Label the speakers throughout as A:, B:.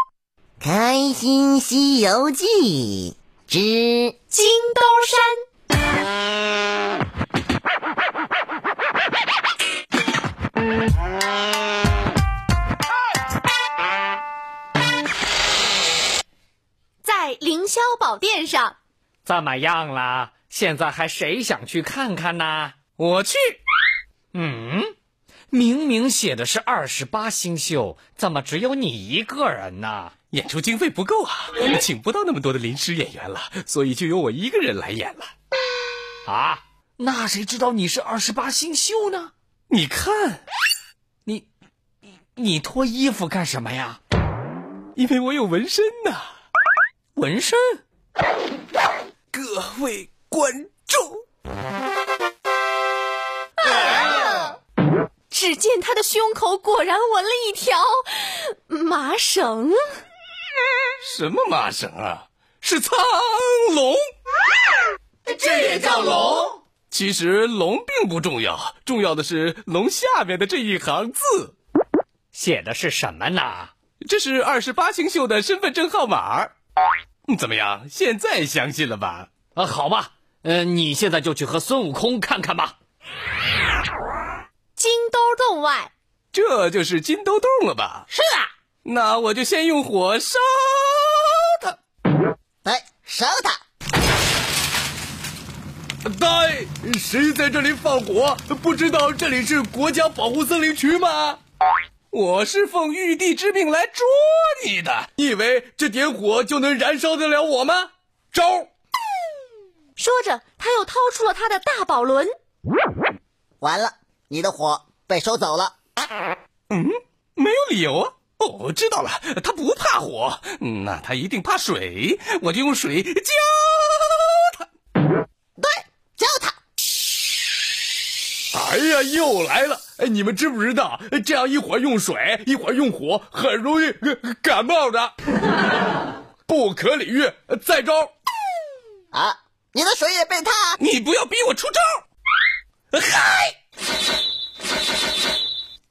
A: 《开心西游记》之
B: 金兜山。在凌霄宝殿上，
C: 怎么样啦？现在还谁想去看看呢？我去。嗯，明明写的是二十八星宿，怎么只有你一个人呢？
D: 演出经费不够啊，请不到那么多的临时演员了，所以就由我一个人来演了。
C: 啊，那谁知道你是二十八星宿呢？
D: 你看，
C: 你，你你脱衣服干什么呀？
D: 因为我有纹身呐、
C: 纹身？
D: 各位观众，
B: 只见他的胸口果然纹了一条麻绳。
D: 什么麻绳啊？是苍龙。
C: 这也叫龙？
D: 其实龙并不重要，重要的是龙下面的这一行字。
C: 写的是什么呢？
D: 这是二十八星宿的身份证号码。嗯怎么样？现在相信了吧？
C: 啊，好吧，呃，你现在就去和孙悟空看看吧。
B: 金兜洞外，
D: 这就是金兜洞了吧？
B: 是啊，
D: 那我就先用火烧它。
A: 来烧它。
D: 大爷，谁在这里放火？不知道这里是国家保护森林区吗？我是奉玉帝之命来捉你的，你以为这点火就能燃烧得了我吗？招！
B: 说着他又掏出了他的大宝轮。
A: 完了，你的火被收走了。
D: 没有理由啊！哦，知道了，他不怕火，嗯那他一定怕水，我就用水浇他。
A: 对，教它。
D: 哎呀，又来了！哎，你们知不知道，这样一会儿用水，一会儿用火，很容易、呃感冒的。 不可理喻！再招，
A: 啊，你的水也被它。
D: 你不要逼我出招。嗨，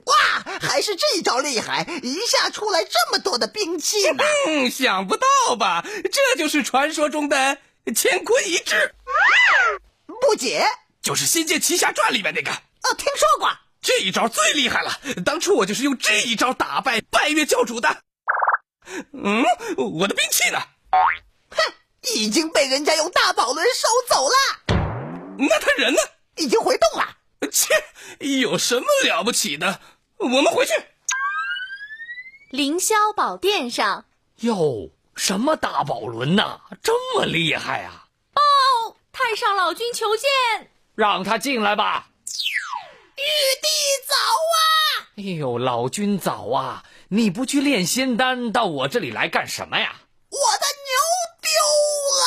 A: 哇，还是这招厉害，一下出来这么多的兵器呢。
D: 嗯，想不到吧？这就是传说中的乾坤一掷，
A: 不解，
D: 就是《仙剑奇侠传》里面那个。
A: 哦，听说过。
D: 这一招最厉害了，当初我就是用这一招打败拜月教主的。嗯，我的兵器呢？
A: 已经被人家用大宝轮收走了，
D: 那他人呢？
A: 已经回洞了。
D: 切，有什么了不起的？我们回去。
B: 凌霄宝殿上，
C: 哟，什么大宝轮呐、这么厉害啊！
B: 哦，太上老君求见，
C: 让他进来吧。
B: 玉帝早啊！
C: 哎呦，老君早啊！你不去炼仙丹，到我这里来干什么呀？
A: 我的牛丢了，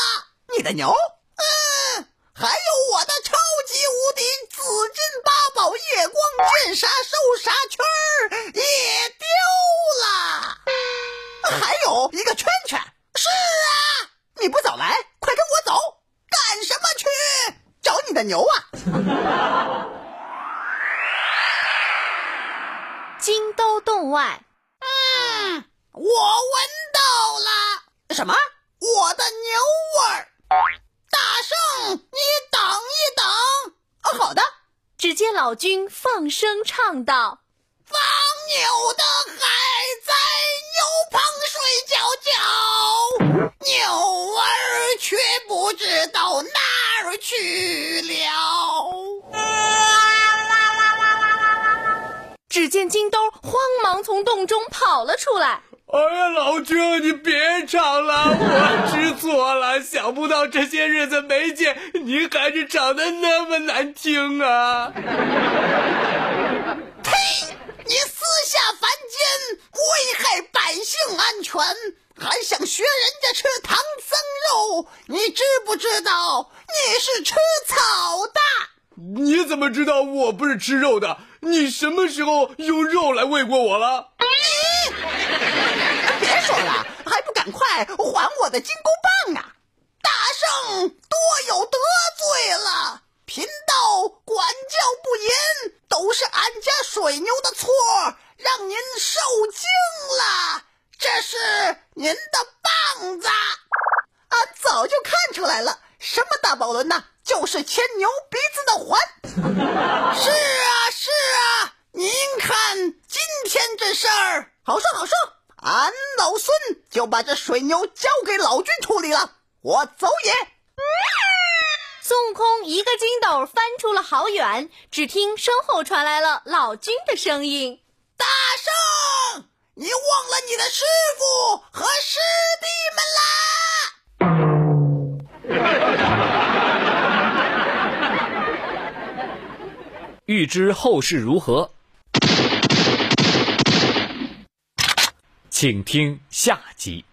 A: 你的牛？嗯，还有我的超级无敌紫金八宝夜光剑啥收啥圈儿也丢了，还有一个圈圈。是啊，你不早来，快跟我走，干什么去？找你的牛啊！
B: 金兜洞外，
A: 我闻到了什么？我的牛味儿！大圣，你等一等。啊，好的，
B: 只见老君放声唱道
A: 放牛的孩在牛棚睡觉觉，牛儿却不知道哪儿去了。：“
B: 只见金兜慌忙从洞中跑了出来。
D: 哎呀，老君，你别唱了，我知错了。想不到这些日子没见，你还是唱的那么难听啊！
A: 你私下凡间危害百姓安全，还想学人家吃唐僧肉？你知不知道你是吃草的？
D: 你怎么知道我不是吃肉的？你什么时候用肉来喂过我了？
A: 别说了，还不赶快还我的金箍棒啊！大圣多有得罪了，贫道管教不严，都是俺家水牛的错，让您受惊了。这是您的啊是牵牛鼻子的环。是啊，是啊，您看今天这事儿，好说好说，俺老孙就把这水牛交给老君处理了，我走也。
B: 孙悟空一个筋斗翻出了好远，只听身后传来了老君的声音
A: 大圣，你忘了你的师傅和师弟们啦！
E: 欲知后事如何，请听下集。